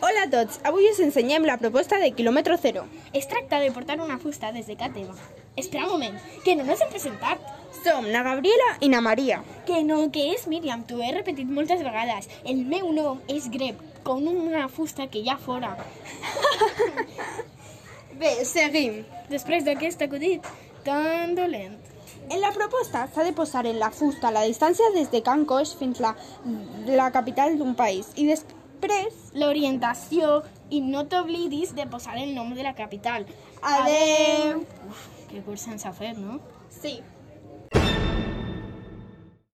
Hola a tots, avui us ensenyem la proposta de quilòmetre zero. Es tracta de portar una fusta des de casa teva. Espera un moment, que no nos hem presentat. Som na Gabriela i na Maria. Que no, que és Míriam, t'ho he repetit moltes vegades. El meu nom és Greb, com una fusta que hi ha fora. Bé, seguim. Després d'aquest acudit tan dolent. En la proposta s'ha de posar en la fusta la distància des de Can Coix fins la, la capital d'un país i després... L'orientació i no t'oblidis de posar el nom de la capital. Adeu! Uf, que curs sense fer, no? Sí.